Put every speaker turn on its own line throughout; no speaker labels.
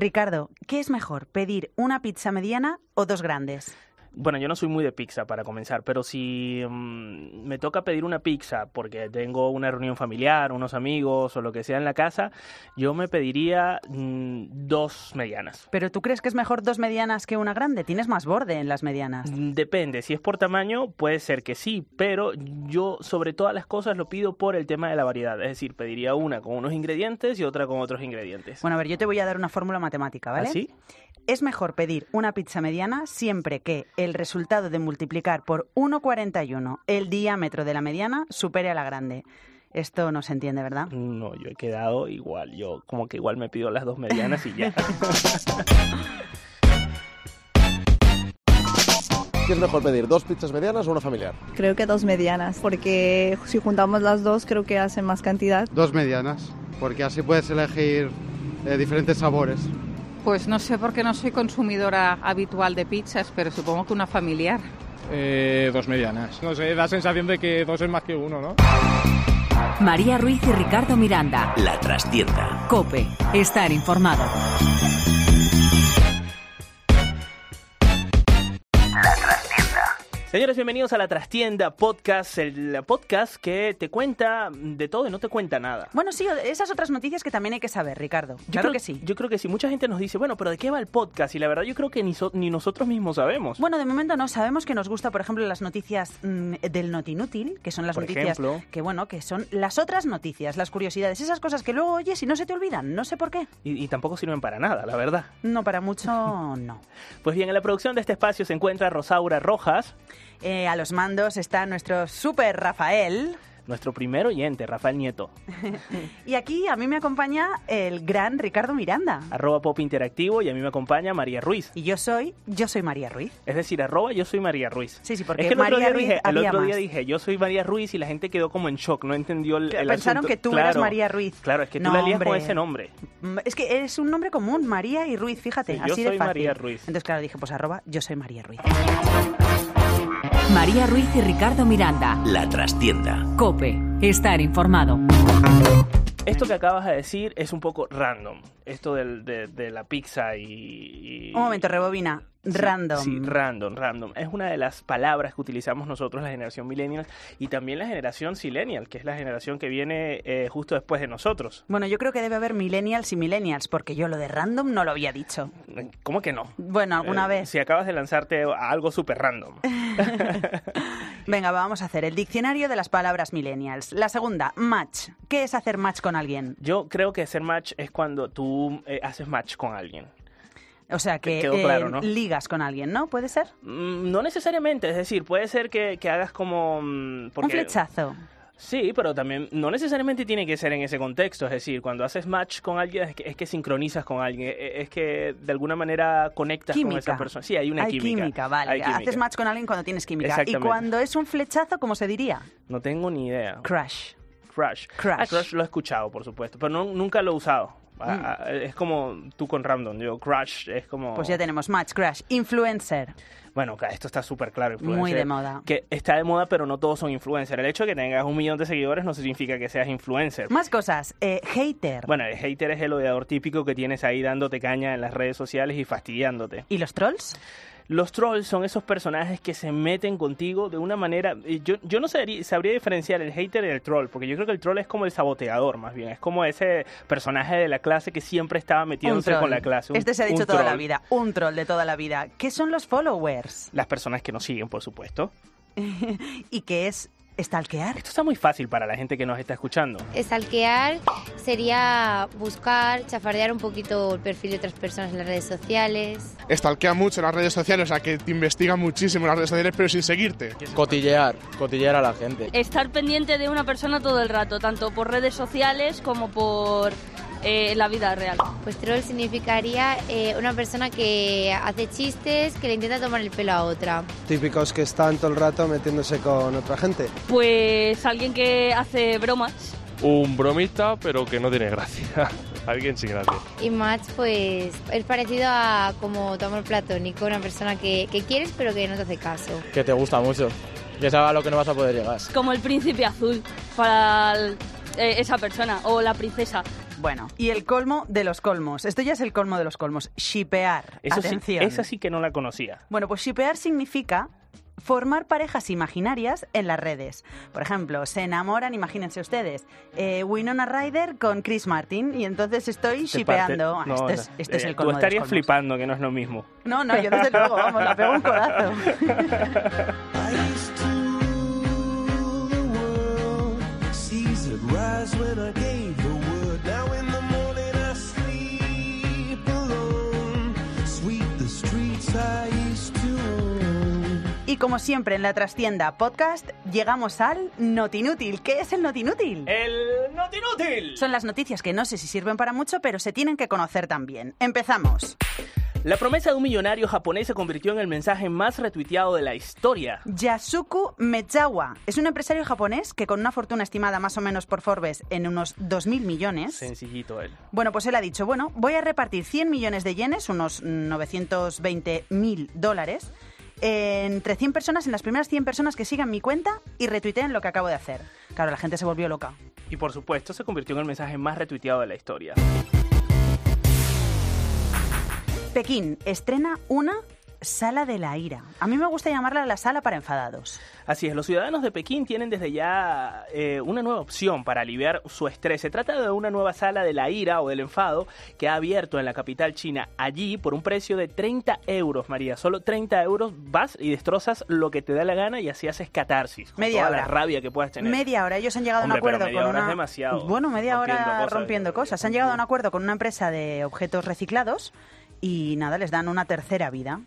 Ricardo, ¿qué es mejor, pedir una pizza mediana o dos grandes?
Bueno, yo no soy muy de pizza para comenzar, pero si mm, me toca pedir una pizza porque tengo una reunión familiar, unos amigos o lo que sea en la casa, yo me pediría mm, dos medianas.
Pero tú crees que es mejor dos medianas que una grande, tienes más borde en las medianas.
Mm, Depende, si es por tamaño puede ser que sí, pero yo sobre todas las cosas lo pido por el tema de la variedad, es decir, pediría una con unos ingredientes y otra con otros ingredientes.
Bueno, a ver, yo te voy a dar una fórmula matemática, ¿vale?
¿Así?
Es mejor pedir una pizza mediana siempre que el resultado de multiplicar por 1,41 el diámetro de la mediana supere a la grande. Esto no se entiende, ¿verdad?
No, yo he quedado igual, yo como que igual me pido las dos medianas y ya.
¿Qué es mejor pedir? ¿Dos pizzas medianas o una familiar?
Creo que dos medianas, porque si juntamos las dos creo que hacen más cantidad.
Dos medianas, porque así puedes elegir eh, diferentes sabores.
Pues no sé porque no soy consumidora habitual de pizzas, pero supongo que una familiar.
Eh, dos medianas. No sé, da sensación de que dos es más que uno, ¿no?
María Ruiz y Ricardo Miranda.
La trastienda.
Cope. Estar informado.
Señores, bienvenidos a La Trastienda Podcast, el podcast que te cuenta de todo y no te cuenta nada.
Bueno, sí, esas otras noticias que también hay que saber, Ricardo.
Yo
claro
creo
que sí.
Yo creo que sí. Mucha gente nos dice, bueno, pero ¿de qué va el podcast? Y la verdad yo creo que ni, so- ni nosotros mismos sabemos.
Bueno, de momento no sabemos que nos gusta, por ejemplo, las noticias mm, del notinútil, que son las
Por
noticias
ejemplo.
que bueno, que son las otras noticias, las curiosidades, esas cosas que luego oyes y no se te olvidan, no sé por qué.
Y, y tampoco sirven para nada, la verdad.
No para mucho, no.
Pues bien, en la producción de este espacio se encuentra Rosaura Rojas,
Eh, a los mandos está nuestro super Rafael
nuestro primer oyente, Rafael Nieto,
y aquí a mí me acompaña el gran Ricardo Miranda
arroba pop interactivo y a mí me acompaña María Ruiz.
y yo soy yo soy María Ruiz.
Es decir, arroba yo soy María Ruiz.
Sí, sí, porque
es que el otro
María
día,
Ruiz
dije, el
había
otro día
más.
dije, yo soy María Ruiz y la gente quedó como en shock, no entendió el, el
Pensaron
asunto.
que tú
Claro.
eras María Ruiz.
Claro, es que tú
No,
la lías con
hombre.
ese nombre.
Mm, Es que es un nombre común, María y Ruiz, fíjate,
Sí, yo
así de
soy
fácil.
María Ruiz.
Entonces, claro, dije, pues arroba, yo soy María Ruiz.
María Ruiz y Ricardo Miranda.
La trastienda.
Cope. Estar informado.
Esto que acabas de decir es un poco random. Esto del- de, de la pizza y, y-
Un momento, rebobina.
Sí,
Random.
Sí, random, random. Es una de las palabras que utilizamos nosotros, la generación millennial y también la generación silenial, que es la generación que viene eh, justo después de nosotros.
Bueno, yo creo que debe haber millennials y millennials, porque yo lo de random no lo había dicho.
¿Cómo que no?
Bueno, alguna
Eh,
vez.
Si acabas de lanzarte a algo súper random.
Venga, va, vamos a hacer el diccionario de las palabras millennials. La segunda, match. ¿Qué es hacer match con alguien?
Yo creo que hacer match es cuando tú eh, haces match con alguien.
O sea, que eh,
Quedó claro, ¿no?
ligas con alguien, ¿no? ¿Puede ser?
Mm, No necesariamente, es decir, puede ser que, que hagas como... mm,
Un
porque-
flechazo.
Sí, pero también no necesariamente tiene que ser en ese contexto. Es decir, cuando haces match con alguien es que, es que sincronizas con alguien, e- es que de alguna manera conectas con esa
Química.
persona. Sí, hay una
Hay
química.
vale.
hay
Haces
química.
match con alguien cuando tienes química. Y
Exactamente.
cuando es un flechazo, ¿cómo se diría?
No tengo ni idea.
Crush.
Crush.
Crush.
Ah, crush lo he escuchado, por supuesto, pero no- nunca lo he usado. Ah,
Mm.
ah, Es como tú con random, yo crush es como...
Pues ya tenemos match, crush, influencer.
Bueno, ca- esto está súper claro. influencer.
Muy de moda.
Que está de moda, pero no todos son influencers. El hecho de que tengas un millón de seguidores no significa que seas influencer.
Más cosas. eh, hater.
Bueno, el hater es el odiador típico que tienes ahí dándote caña en las redes sociales y fastidiándote.
¿Y los trolls?
Los trolls son esos personajes que se meten contigo de una manera... eh, Yo, yo no sabría, sabría diferenciar el hater del troll, porque yo creo que el troll es como el saboteador, más bien. Es como ese personaje de la clase que siempre estaba
Un
metiéndose
troll.
con la clase. Un-
este se ha dicho
un
toda la
troll.
vida. Un troll de toda la vida. ¿Qué son los followers?
Las personas que nos siguen, por supuesto.
¿Y qué es stalkear?
Esto está muy fácil para la gente que nos está escuchando.
Stalkear sería buscar, chafardear un poquito el perfil de otras personas en las redes sociales.
Estalquea mucho en las redes sociales, o sea que te investigan muchísimo en las redes sociales, pero sin seguirte.
Cotillear, cotillear a la gente.
Estar pendiente de una persona todo el rato, tanto por redes sociales como por eh, la vida real.
Pues troll significaría eh, una persona que hace chistes, que le intenta tomar el pelo a otra.
Típicos que están todo el rato metiéndose con otra gente.
Pues alguien que hace Eh, bromas.
Un bromista, pero que no tiene gracia. Alguien sin gracia.
Y match, pues es parecido a como tu amor platónico, una persona que, que quieres pero que no te hace caso.
Que te gusta mucho. Que sabes a lo que no vas a poder llegar.
Como el príncipe azul para el- eh, esa persona o la princesa.
Bueno, y el colmo de los colmos. Esto ya es el colmo de los colmos. Shipear.
Eso sí-
Atención.
esa sí que no la conocía.
Bueno, pues shipear significa formar parejas imaginarias en las redes. Por ejemplo, se enamoran, imagínense ustedes, eh, Winona Ryder con Chris Martin y entonces estoy
Te Este parte-
shipeando. Ah,
no,
esto es,
no.
esto es
Eh,
el colmo de
Tú
los
estarías
colmos.
flipando que no es lo mismo.
No, no, yo desde luego, vamos, la pego un codazo.
Caesar rise when I gave the word. Now in the morning I sleep alone. Sweep the streets I used to own.
Y como siempre en la trastienda podcast, llegamos al Notinútil. ¿Qué es el Notinútil?
Eh. El Notinútil.
Son las noticias que no sé si sirven para mucho, pero se tienen que conocer también. Empezamos.
La promesa de un millonario japonés se convirtió en el mensaje más retuiteado de la historia.
Yasuku Mechawa es un empresario japonés que con una fortuna estimada más o menos por Forbes en unos 2.000 millones,
Sencillito él.
bueno, pues él ha dicho, bueno, voy a repartir 100 millones de yenes, unos 920.000 dólares, entre 100 personas, en las primeras 100 personas que sigan mi cuenta y retuiteen lo que acabo de hacer. Claro, la gente se volvió loca.
Y por supuesto se convirtió en el mensaje más retuiteado de la historia.
Pekín estrena una sala de la ira. A mí me gusta llamarla la sala para enfadados.
Así es, los ciudadanos de Pekín tienen desde ya eh, una nueva opción para aliviar su estrés. Se trata de una nueva sala de la ira o del enfado que ha abierto en la capital china allí por un precio de 30 euros, María. Solo 30 euros vas y destrozas lo que te da la gana y así haces catarsis. con
Media
toda
hora.
la rabia que puedas tener.
Media hora, ellos han llegado a un
Hombre, pero
acuerdo
media
con
hora
una.
es demasiado.
Bueno, media hora
Rompiendo
rompiendo
cosas. eh,
cosas. Han llegado a un acuerdo con una empresa de objetos reciclados y nada, les dan una tercera vida.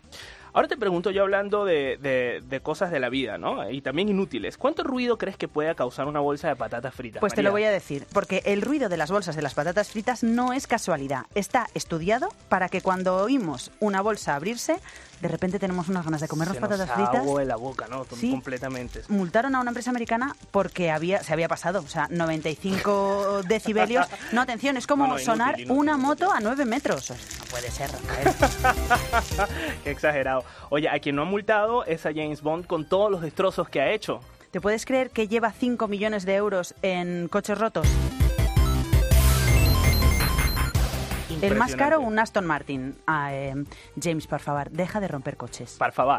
Ahora te pregunto yo hablando de, de- de cosas de la vida, ¿no? Y también inútiles. ¿Cuánto ruido crees que pueda causar una bolsa de patatas fritas?
Pues te lo voy
María?
a decir, porque el ruido de las bolsas de las patatas fritas no es casualidad. Está estudiado para que cuando oímos una bolsa abrirse, de repente tenemos unas ganas de comernos
Se nos
patatas fritas.
ahogó en la boca, ¿no?
Sí.
Completamente.
multaron a una empresa americana porque había, se había pasado, o sea, 95 decibelios. No, atención, es como
No, no, inútil,
sonar
inútil,
una moto a 9 metros. O sea, No puede ser, Rafael.
Qué exagerado. Oye, a quien no ha multado es a James Bond con todos los destrozos que ha hecho.
¿Te puedes creer que lleva 5 millones de euros en coches rotos? El más
Impresionante.
caro, un Aston Martin. Ah, eh, James, por favor, deja de romper coches.
Por favor.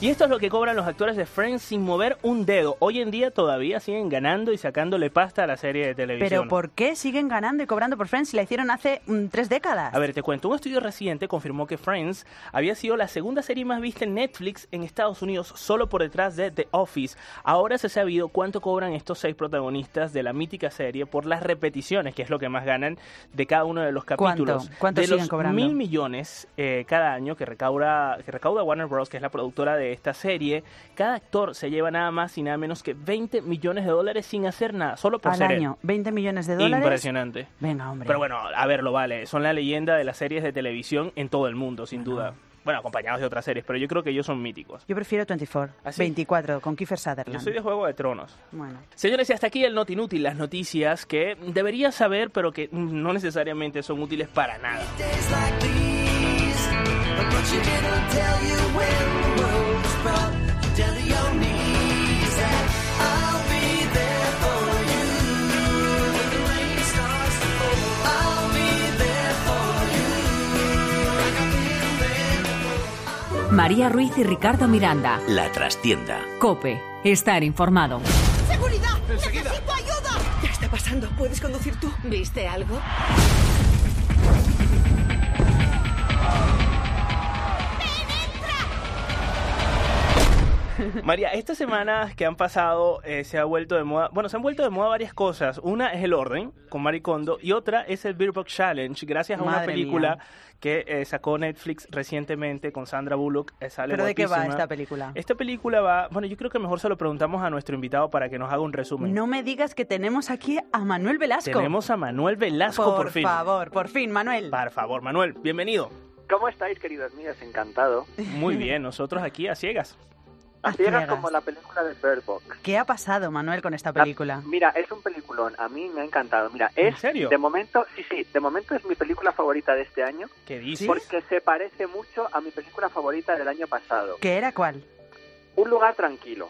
Y esto es lo que cobran los actores de Friends sin mover un dedo. Hoy en día todavía siguen ganando y sacándole pasta a la serie de televisión.
Pero ¿por qué siguen ganando y cobrando por Friends si la hicieron hace mm, tres décadas?
A ver, te cuento, un estudio reciente confirmó que Friends había sido la segunda serie más vista en Netflix en Estados Unidos, solo por detrás de The Office. Ahora se ha sabido cuánto cobran estos seis protagonistas de la mítica serie por las repeticiones, que es lo que más ganan de cada uno de los capítulos.
¿Cuánto
de
siguen
los
cobrando?
mil millones eh, cada año que recauda, que recauda Warner Bros., que es la productora de esta serie, cada actor se lleva nada más y nada menos que 20 millones de dólares sin hacer nada, solo por
Al
ser él.
año, 20 millones de dólares.
Impresionante.
Venga, hombre.
Pero bueno, a ver, lo vale. Son la leyenda de las series de televisión en todo el mundo, sin duda. Bueno, acompañados de otras series, pero yo creo que ellos son míticos.
Yo prefiero 24,
¿Ah, sí?
24, con Kiefer
Yo
Sutherland.
soy de Juego de Tronos.
Bueno.
Señores, y hasta aquí el Not Inútil, las noticias que deberías saber, pero que no necesariamente son útiles para nada.
Days like these, but you didn't tell you when the world's brought you down to your knees. And I'll be there for you when the rain starts to fall. I'll be there for you like I've been there.
María Ruiz y Ricardo Miranda.
La trastienda.
Cope, estar informado.
¡Seguridad! ¡Necesito ayuda! ¿Qué está pasando? ¿Puedes conducir tú? ¿Viste algo?
María, estas semanas que han pasado eh, se ha vuelto de moda, bueno, se han vuelto de moda varias cosas. Una es el orden con Maricondo y otra es el Beer Box Challenge, gracias a una
Madre
película
mía.
que eh, sacó Netflix recientemente con Sandra Bullock. eh, sale
¿Pero de qué va
guapísima.
esta película?
Esta película va, bueno, yo creo que mejor se lo preguntamos a nuestro invitado para que nos haga un resumen.
No me digas que tenemos aquí a Manuel Velasco.
Tenemos a Manuel Velasco por,
por,
fin.
favor, por fin, Manuel.
Por favor, Manuel, bienvenido.
¿Cómo estáis, queridos míos? Encantado.
Muy bien, nosotros aquí a ciegas.
Así era como la película de Bird Box. Ah,
¿Qué ha pasado, Manuel, con esta película?
Mira, es un peliculón. A mí me ha encantado. Mira, es,
¿En serio?
De momento, sí, sí. De momento es mi película favorita de este año.
¿Qué dices?
Porque se parece mucho a mi película favorita del año pasado.
¿Qué era cuál?
Un lugar tranquilo.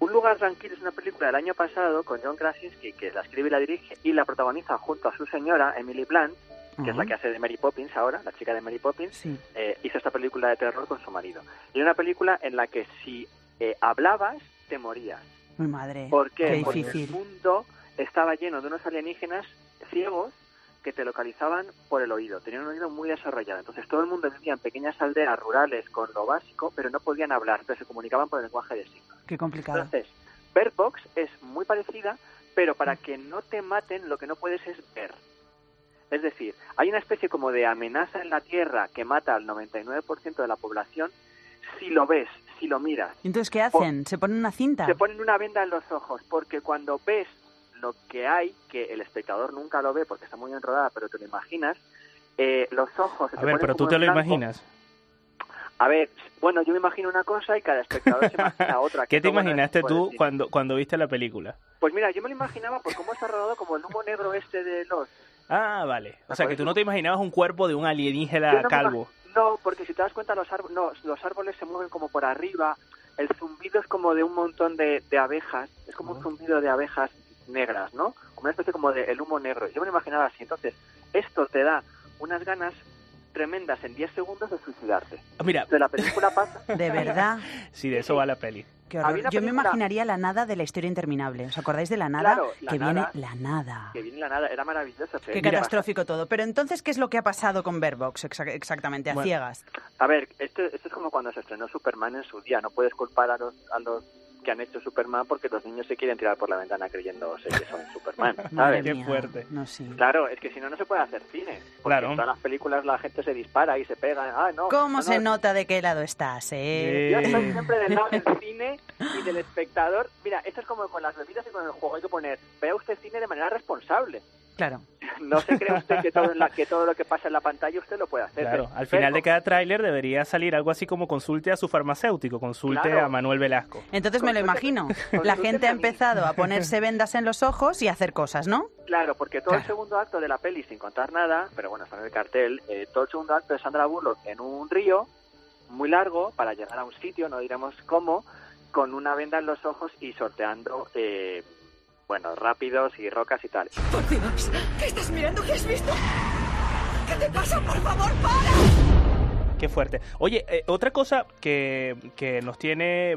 Un lugar tranquilo es una película del año pasado con John Krasinski, que la escribe y la dirige, y la protagoniza junto a su señora, Emily Blunt, que
Ah,
es la que hace de Mary Poppins ahora, la chica de Mary Poppins, eh, hizo esta película de terror con su marido. Y era una película en la que si eh, hablabas, te morías.
Mi madre.
¿Por qué?
Qué
Porque
difícil.
el mundo estaba lleno de unos alienígenas ciegos que te localizaban por el oído. Tenían un oído muy desarrollado. Entonces todo el mundo vivía en pequeñas aldeas rurales con lo básico, pero no podían hablar. Entonces se comunicaban por el lenguaje de signos.
Qué complicado.
Entonces, Bird Box es muy parecida, pero para que no te maten lo que no puedes es ver. Es decir, hay una especie como de amenaza en la Tierra que mata al 99% de la población si lo ves, si lo miras.
¿Y entonces qué hacen? ¿Se ponen una cinta?
Te ponen una venda en los ojos, porque cuando ves lo que hay, que el espectador nunca lo ve porque está muy enrodada, pero te lo imaginas, eh, los ojos... se
A
te
ver,
ponen
pero tú
como
te
en
lo
blanco.
imaginas.
A ver, bueno, yo me imagino una cosa y cada espectador se imagina otra. que
¿Qué te
es lo bueno de
imaginaste
este tipo de
tú
cine.
cuando, cuando viste la película?
Pues mira, yo me lo imaginaba por cómo está rodado como el humo negro este de los...
Ah, vale. O sea, que tú no te imaginabas un cuerpo de un alienígena
Yo no me
calvo.
No, porque si te das cuenta, los, árboles no, los árboles se mueven como por arriba, el zumbido es como de un montón de, de abejas, es como un zumbido de abejas negras, ¿no? Como una especie como de el humo negro. Yo me lo imaginaba así. Entonces, esto te da unas ganas tremendas en 10 segundos de suicidarte.
Ah, Mira.
De la película pasa...
De verdad.
Sí, de eso va la peli.
Qué
Había
horror.
una
Yo me
película-
imaginaría la nada de la historia interminable. ¿Os acordáis de la nada?
Claro, la
que
nada.
viene la nada.
Que viene la nada, era maravillosa.
Qué catastrófico todo. Pero entonces, ¿qué es lo que ha pasado con Verbox exactamente? A
Bueno.
ciegas.
A ver, esto, esto es como cuando se estrenó Superman en su día. No puedes culpar a los, a los que han hecho Superman porque los niños se quieren tirar por la ventana creyéndose que son Superman.
Madre
¿sabes?
mía. No sé.
Claro, es que si no, no se puede hacer cine. Porque
Claro.
En todas las películas la gente se dispara y se pega. Ah, no.
¿Cómo
no,
se
no.
nota de qué lado estás, eh?
Yo estoy siempre del lado del cine y del espectador. Mira, esto es como con las bebidas y con el juego. Hay que poner, vea usted cine de manera responsable.
Claro.
No se cree usted que todo, en la- que todo lo que pasa en la pantalla usted lo puede hacer.
Claro, al
Pero-
final de cada tráiler debería salir algo así como consulte a su farmacéutico, consulte
Claro.
a Manuel Velasco.
Entonces me lo
Pues
imagino. La gente ha empezado a ponerse vendas en los ojos y a hacer cosas, ¿no?
Claro, porque todo el segundo acto de la peli, sin contar nada, pero bueno, está en el cartel, eh, todo el segundo acto es Sandra Bullock en un río muy largo para llegar a un sitio, no diremos cómo, con una venda en los ojos y sorteando, eh, bueno, rápidos y rocas y tal.
Por Dios, ¿qué estás mirando? ¿Qué has visto? ¿Qué te pasa? Por favor, para.
Qué fuerte. Oye, eh, otra cosa que, que nos tiene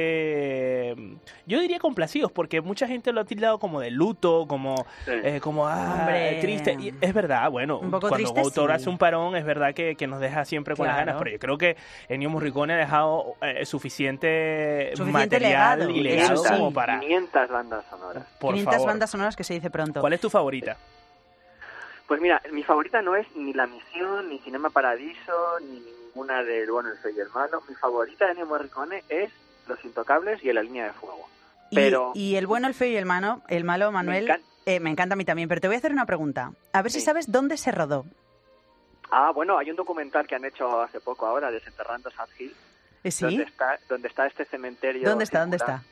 bastante, eh, yo diría complacidos, porque mucha gente lo ha tildado como de luto, como, eh, como ah,
Hombre.
triste. Y es verdad, bueno,
Un poco
cuando
triste,
un autor
sí.
hace un parón, es verdad que, que nos deja siempre con las
Claro.
ganas, pero yo creo que Ennio Morricone ha dejado eh, suficiente,
Suficiente
material
legado,
y legado
eso sí.
como para...
500 bandas sonoras.
Por
500
favor.
bandas sonoras que se dice pronto.
¿Cuál es tu favorita?
Pues mira, mi favorita no es ni La Misión, ni Cinema Paradiso, ni ninguna de Bueno, el Soy y el Malo. Mi favorita de Ennio Morricone es Los Intocables y La Línea de Fuego.
Y-
Pero...
y, el bueno, el feo y el malo, el malo Manuel, eh, me,
encan-
encanta a mí también, pero te voy a hacer una pregunta. A ver si
Sí.
sabes dónde se rodó.
Ah, bueno, hay un documental que han hecho hace poco ahora, Desenterrando Sad Hill.
Eh, ¿Sí?
Donde está, donde está este cementerio?
¿Dónde está? ¿Dónde
circular.
está?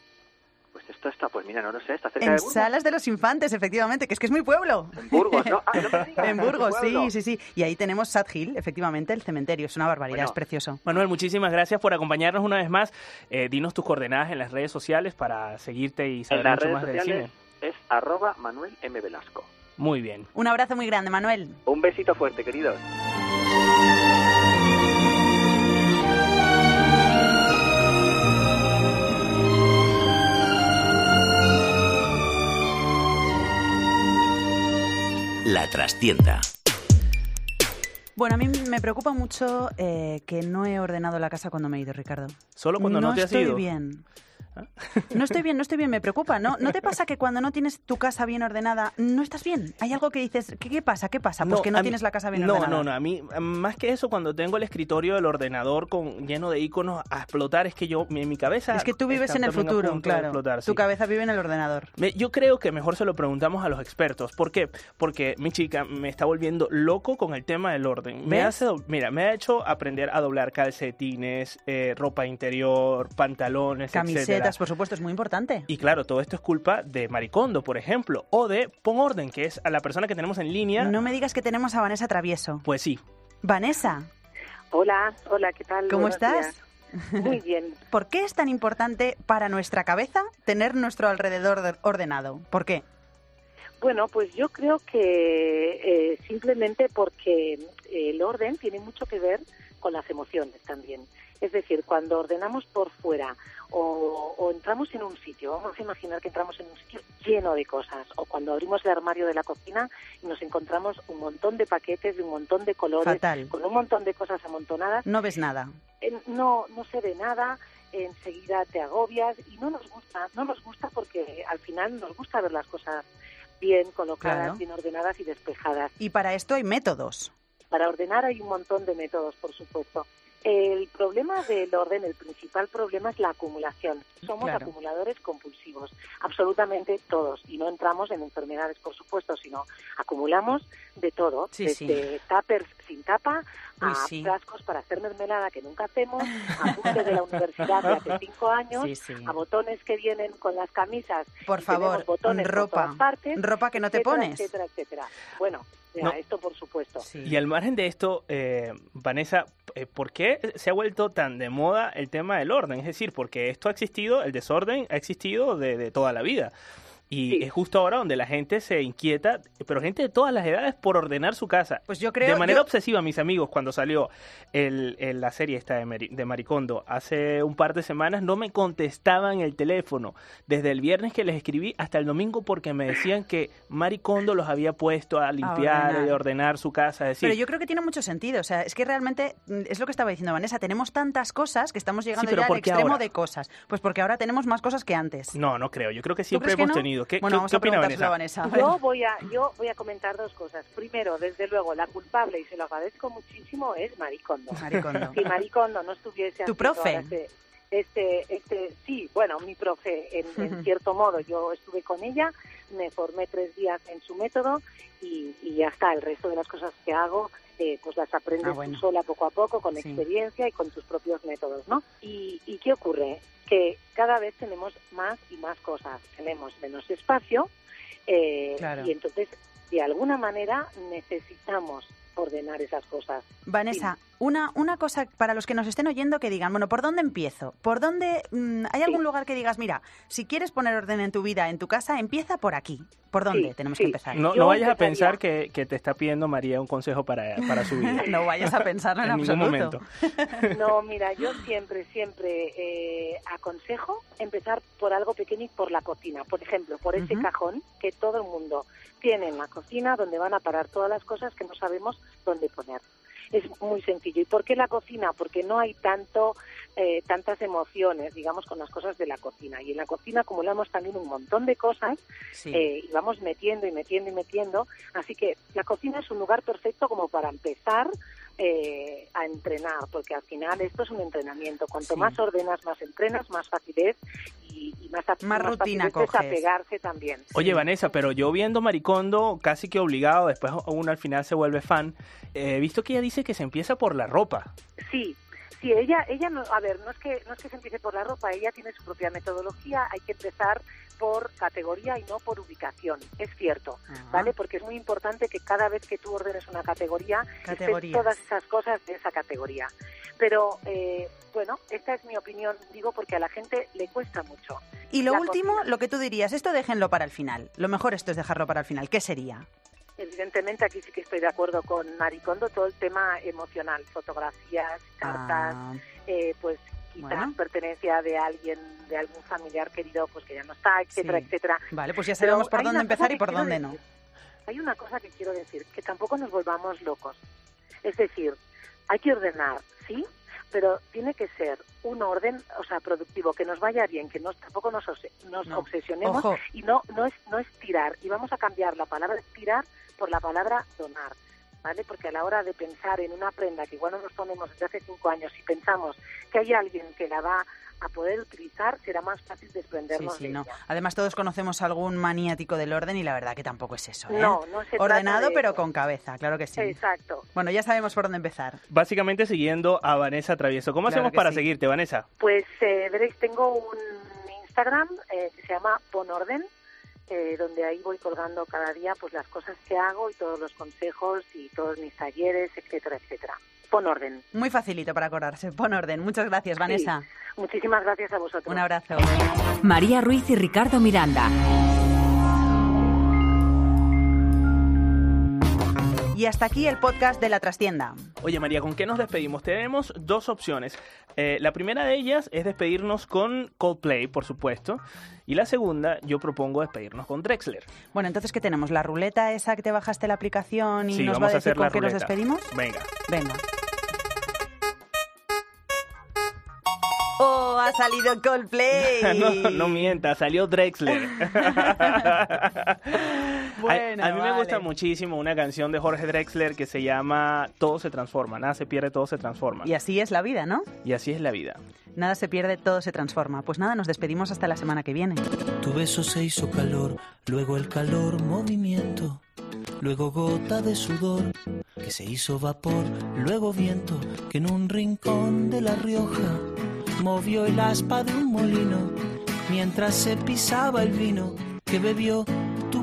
Pues esto está, pues mira, no lo sé, está cerca
En
de Burgos.
Salas de los Infantes, efectivamente, que es que es mi pueblo.
En Burgos, ¿no? Ah, no me digas,
en Burgos,
tu pueblo.
sí, sí, sí. Y ahí tenemos Sad Hill, efectivamente, el cementerio. Es una barbaridad,
Bueno.
es precioso.
Manuel, muchísimas gracias por acompañarnos una vez más. Eh, dinos tus coordenadas en las redes sociales para seguirte y
En
saber
las
mucho
redes
más del
sociales
cine.
es arroba Manuel M. Velasco.
Muy bien.
Un abrazo muy grande, Manuel.
Un besito fuerte, queridos.
La trastienda.
Bueno, a mí me preocupa mucho eh, que no he ordenado la casa cuando me he ido, Ricardo.
Solo cuando no, te has
estoy
ido. ¿Ah?
bien. No estoy bien, no estoy bien, me preocupa. ¿No, ¿No te pasa que cuando no tienes tu casa bien ordenada, no estás bien? Hay algo que dices, ¿qué, qué pasa? ¿Qué pasa? Pues que no
a mí-
tienes la casa bien
no,
ordenada.
No, no, a mí, más que eso, cuando tengo el escritorio del ordenador con, lleno de iconos a explotar, es que yo, mi, mi cabeza...
Es que tú vives
está
en el
también a
futuro,
punto de
claro.
explotar,
Tu
sí.
cabeza vive en el ordenador.
Me- Yo creo que mejor se lo preguntamos a los expertos. ¿Por qué? Porque mi chica me está volviendo loco con el tema del orden. Me
¿Ves?
hace, do- mira, me ha hecho aprender a doblar calcetines, eh, ropa interior, pantalones,
Camisetas,
etcétera.
por supuesto, es muy importante.
Y claro, todo esto es culpa de Maricondo, por ejemplo, o de Pon Orden, que es a la persona que tenemos en línea.
No me digas que tenemos a Vanessa Travieso.
Pues sí.
Vanessa,
Hola, hola, ¿qué tal?
¿cómo
Buenos
estás?
días. Muy bien.
¿Por qué es tan importante para nuestra cabeza tener nuestro alrededor de- ordenado? ¿Por qué?
Bueno, pues yo creo que eh, simplemente porque eh, el orden tiene mucho que ver con las emociones también. Es decir, cuando ordenamos por fuera o, o entramos en un sitio, vamos a imaginar que entramos en un sitio lleno de cosas, o cuando abrimos el armario de la cocina y nos encontramos un montón de paquetes de un montón de colores,
Fatal.
con un montón de cosas amontonadas,
No ves nada.
eh, no, no se ve nada, enseguida te agobias y no nos gusta, no nos gusta porque al final nos gusta ver las cosas bien colocadas,
Claro.
bien ordenadas y despejadas.
Y para esto hay métodos.
Para ordenar hay un montón de métodos, por supuesto. El problema del orden, el principal problema es la acumulación. Somos
Claro.
acumuladores compulsivos, absolutamente todos, y no entramos en enfermedades, por supuesto, sino acumulamos de todo,
Sí, sí.
desde tuppers sin tapa
Uy,
a
sí.
frascos para hacer mermelada que nunca hacemos, apuntes de la universidad de hace cinco años,
Sí, sí.
a botones que vienen con las camisas,
Por
y
favor,
tenemos botones por
ropa,
todas partes,
ropa que no te
etcétera,
pones.
etcétera, etcétera. Bueno, ya,
No.
esto por supuesto.
Y al margen de esto, eh, Vanessa, eh, ¿por qué se ha vuelto tan de moda el tema del orden? Es decir, porque esto ha existido, el desorden ha existido de, de toda la vida. Y es justo ahora donde la gente se inquieta, pero gente de todas las edades, por ordenar su casa.
Pues yo creo-
De manera
yo-
obsesiva, mis amigos, cuando salió el, el- la serie esta de, Mari- de Maricondo hace un par de semanas, no me contestaban el teléfono. Desde el viernes que les escribí hasta el domingo porque me decían que Maricondo los había puesto a limpiar
ordenar.
y a ordenar su casa. Es decir,
Pero yo creo que tiene mucho sentido. O sea, es que realmente mm, es lo que estaba diciendo Vanessa. Tenemos tantas cosas que estamos llegando
pero
ya al
¿por qué
extremo
ahora?
de cosas. Pues porque ahora tenemos más cosas que antes.
No, no creo. Yo creo que
¿Tú
siempre
crees que
hemos
no?
tenido. ¿Qué,
Bueno,
qué-
vamos
qué
a
opina
preguntárselo
Vanessa?
a Vanessa.
Yo voy a, yo voy a comentar dos cosas. Primero, desde luego, la culpable, y se lo agradezco muchísimo, es Maricondo.
Maricondo.
Si Maricondo no estuviese
¿Tu
haciendo
profe?
ahora Este, este, este- sí, bueno, mi profe, en, en cierto modo, yo estuve con ella, me formé tres días en su método y, y ya está, el resto de las cosas que hago, eh, pues las aprendes
Ah, bueno.
tú sola poco a poco, con experiencia y con tus propios métodos, ¿no? ¿Y, y qué ocurre? Que cada vez tenemos más y más cosas, tenemos menos espacio, eh,
Claro.
Y entonces, de alguna manera, necesitamos ordenar esas cosas.
Vanessa, una, una cosa para los que nos estén oyendo que digan, bueno, ¿por dónde empiezo? ¿Por dónde mm, hay algún lugar que digas, mira, si quieres poner orden en tu vida, en tu casa, empieza por aquí? ¿Por dónde tenemos que empezar?
No, no vayas a pensar que, que te está pidiendo María un consejo para, para su vida.
No vayas a pensarlo en
ningún
absoluto.
momento.
No, mira, yo siempre, siempre eh, aconsejo empezar por algo pequeño y por la cocina. Por ejemplo, por ese cajón que todo el mundo tiene en la cocina donde van a parar todas las cosas que no sabemos dónde poner. Es muy sencillo. ¿Y por qué la cocina? Porque no hay tanto, eh, tantas emociones, digamos, con las cosas de la cocina. Y en la cocina acumulamos también un montón de cosas
Sí.
eh, y vamos metiendo y metiendo y metiendo. Así que la cocina es un lugar perfecto como para empezar eh, a entrenar, porque al final esto es un entrenamiento. Cuanto
Sí.
más ordenas, más entrenas, más facilidad y, y más, ap-
Más rutina
fácil es
coges.
desapegarse también.
Oye, Vanessa, pero yo viendo Maricondo, casi que obligado, después uno al final se vuelve fan, eh, he visto que ella dice que se empieza por la ropa.
Sí, sí, ella, ella no, a ver, no es que no es que se empiece por la ropa, ella tiene su propia metodología, hay que empezar por categoría y no por ubicación, es cierto,
Ah,
¿vale? Porque es muy importante que cada vez que tú ordenes una categoría, estén
Categorías.
todas esas cosas de esa categoría. Pero, eh, bueno, esta es mi opinión, digo, porque a la gente le cuesta mucho.
Y lo
La
último, lo que tú dirías, esto déjenlo para el final. Lo mejor esto es dejarlo para el final. ¿Qué sería?
Evidentemente aquí sí que estoy de acuerdo con Maricondo, todo el tema emocional, fotografías, cartas,
Ah,
eh, pues quizás
Bueno.
pertenencia de alguien, de algún familiar querido, pues que ya no está, etcétera,
Sí.
etcétera.
vale, pues ya
Pero
sabemos por
hay
dónde
una cosa
empezar y
que
por
quiero
dónde
decir.
no.
Hay una cosa que quiero decir, que tampoco nos volvamos locos. Es decir, hay que ordenar, sí, pero tiene que ser un orden, o sea, productivo, que nos vaya bien, que nos, tampoco nos, obse- nos obsesionemos
Ojo.
y no, no es, no es tirar. Y vamos a cambiar la palabra tirar por la palabra donar. ¿Vale? Porque a la hora de pensar en una prenda que igual no nos ponemos desde hace cinco años y pensamos que hay alguien que la va a poder utilizar, será más fácil
Sí,
desprendernos
sí,
de
no.
ella.
Además, todos conocemos a algún maniático del orden y la verdad que tampoco es eso. ¿eh?
No, no se trata
Ordenado,
de
pero
eso.
con cabeza, claro que sí.
Exacto.
Bueno, ya sabemos por dónde empezar.
Básicamente siguiendo a Vanessa Travieso. ¿Cómo
Claro
hacemos
que
para
sí.
seguirte, Vanessa?
Pues eh, veréis, tengo un Instagram eh, que se llama Ponorden, eh, donde ahí voy colgando cada día pues las cosas que hago y todos los consejos y todos mis talleres, etcétera, etcétera. pon orden.
Muy facilito para acordarse. Pon orden. Muchas gracias, Vanessa.
Muchísimas gracias a vosotros.
Un abrazo.
María Ruiz y Ricardo Miranda.
Y hasta aquí el podcast de La Trastienda.
Oye María, ¿con qué nos despedimos? Tenemos dos opciones. Eh, la primera de ellas es despedirnos con Coldplay, por supuesto. Y la segunda, yo propongo despedirnos con Drexler.
Bueno, entonces, ¿qué tenemos? ¿La ruleta esa que te bajaste la aplicación y
Sí,
nos
vamos
va a
a
decir
hacer
con
la
qué nos
ruleta.
despedimos?
Venga.
Venga. ¡Oh, ha salido Coldplay!
No, no mienta, salió Drexler. A-
Bueno,
a, mí me gusta
vale.
muchísimo una canción de Jorge Drexler que se llama Todo se transforma, nada se pierde, todo se transforma.
Y así es la vida, ¿no?
Y así es la vida.
Nada se pierde, todo se transforma. Pues nada, nos despedimos hasta la semana que viene.
Tu beso se hizo calor, luego el calor movimiento, luego gota de sudor que se hizo vapor, luego viento que en un rincón de La Rioja movió el aspa de un molino mientras se pisaba el vino que bebió tu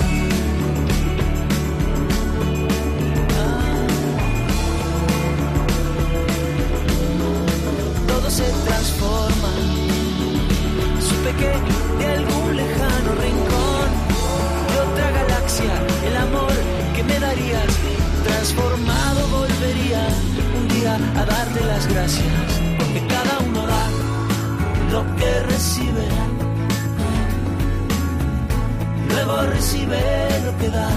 Ah. Todo se transforma. Supe que de algún lejano rincón de otra galaxia el amor que me darías transformado volvería un día a darte las gracias porque cada uno da lo que recibe luego recibe lo que da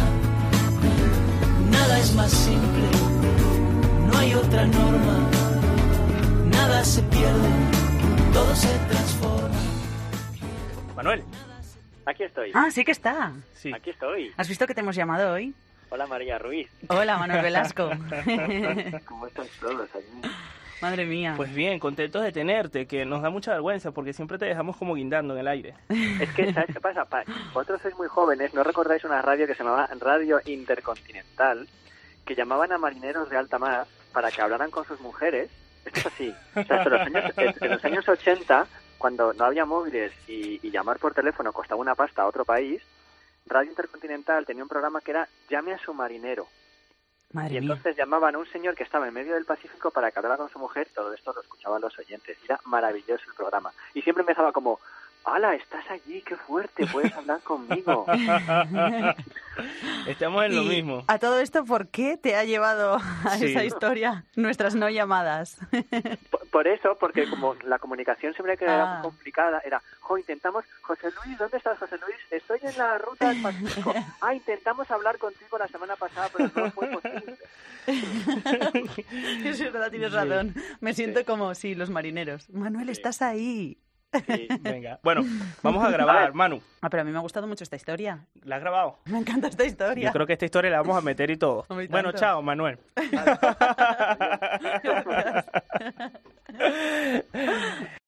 nada es más simple no hay otra norma nada se pierde todo se transforma
Manuel.
Aquí estoy.
Ah, sí que está.
Aquí estoy.
¿Has visto que te hemos llamado hoy?
Hola María Ruiz.
Hola, Manuel Velasco.
¿Cómo están todos?
Madre mía.
Pues bien, contentos de tenerte, que nos da mucha vergüenza porque siempre te dejamos como guindando en el aire.
Es que, ¿sabes qué pasa? Pa- vosotros sois muy jóvenes, no recordáis una radio que se llamaba Radio Intercontinental, que llamaban a marineros de alta mar para que hablaran con sus mujeres. Esto es así. O sea, en los años, en- en los años 80, cuando no había móviles y, y llamar por teléfono costaba una pasta a otro país, Radio Intercontinental tenía un programa que era Llame a su marinero.
Madre
y entonces llamaban a un señor que estaba en medio del Pacífico para que hablara con su mujer. Todo esto lo escuchaban los oyentes. Era maravilloso el programa. Y siempre empezaba como, ¡Hala, estás allí! ¡Qué fuerte! Puedes hablar conmigo.
Estamos en lo
Y
mismo.
A todo esto, ¿por qué te ha llevado a
Sí.
esa historia nuestras no llamadas?
Por eso, porque como la comunicación siempre que era
Ah.
muy complicada, era, jo, intentamos, José Luis, ¿dónde estás, José Luis? Estoy en la ruta del Pacífico. Ah, intentamos hablar contigo la semana pasada, pero no fue posible.
es verdad, tienes
Sí.
razón. Me siento como, sí, los marineros. Manuel, estás ahí.
Sí, venga. Bueno, vamos a grabar, Manu.
Ah, pero a mí me ha gustado mucho esta historia.
¿La has grabado?
Me encanta esta historia.
Yo creo que esta historia la vamos a meter y todo.
A mí
Bueno,
tanto.
chao, Manuel.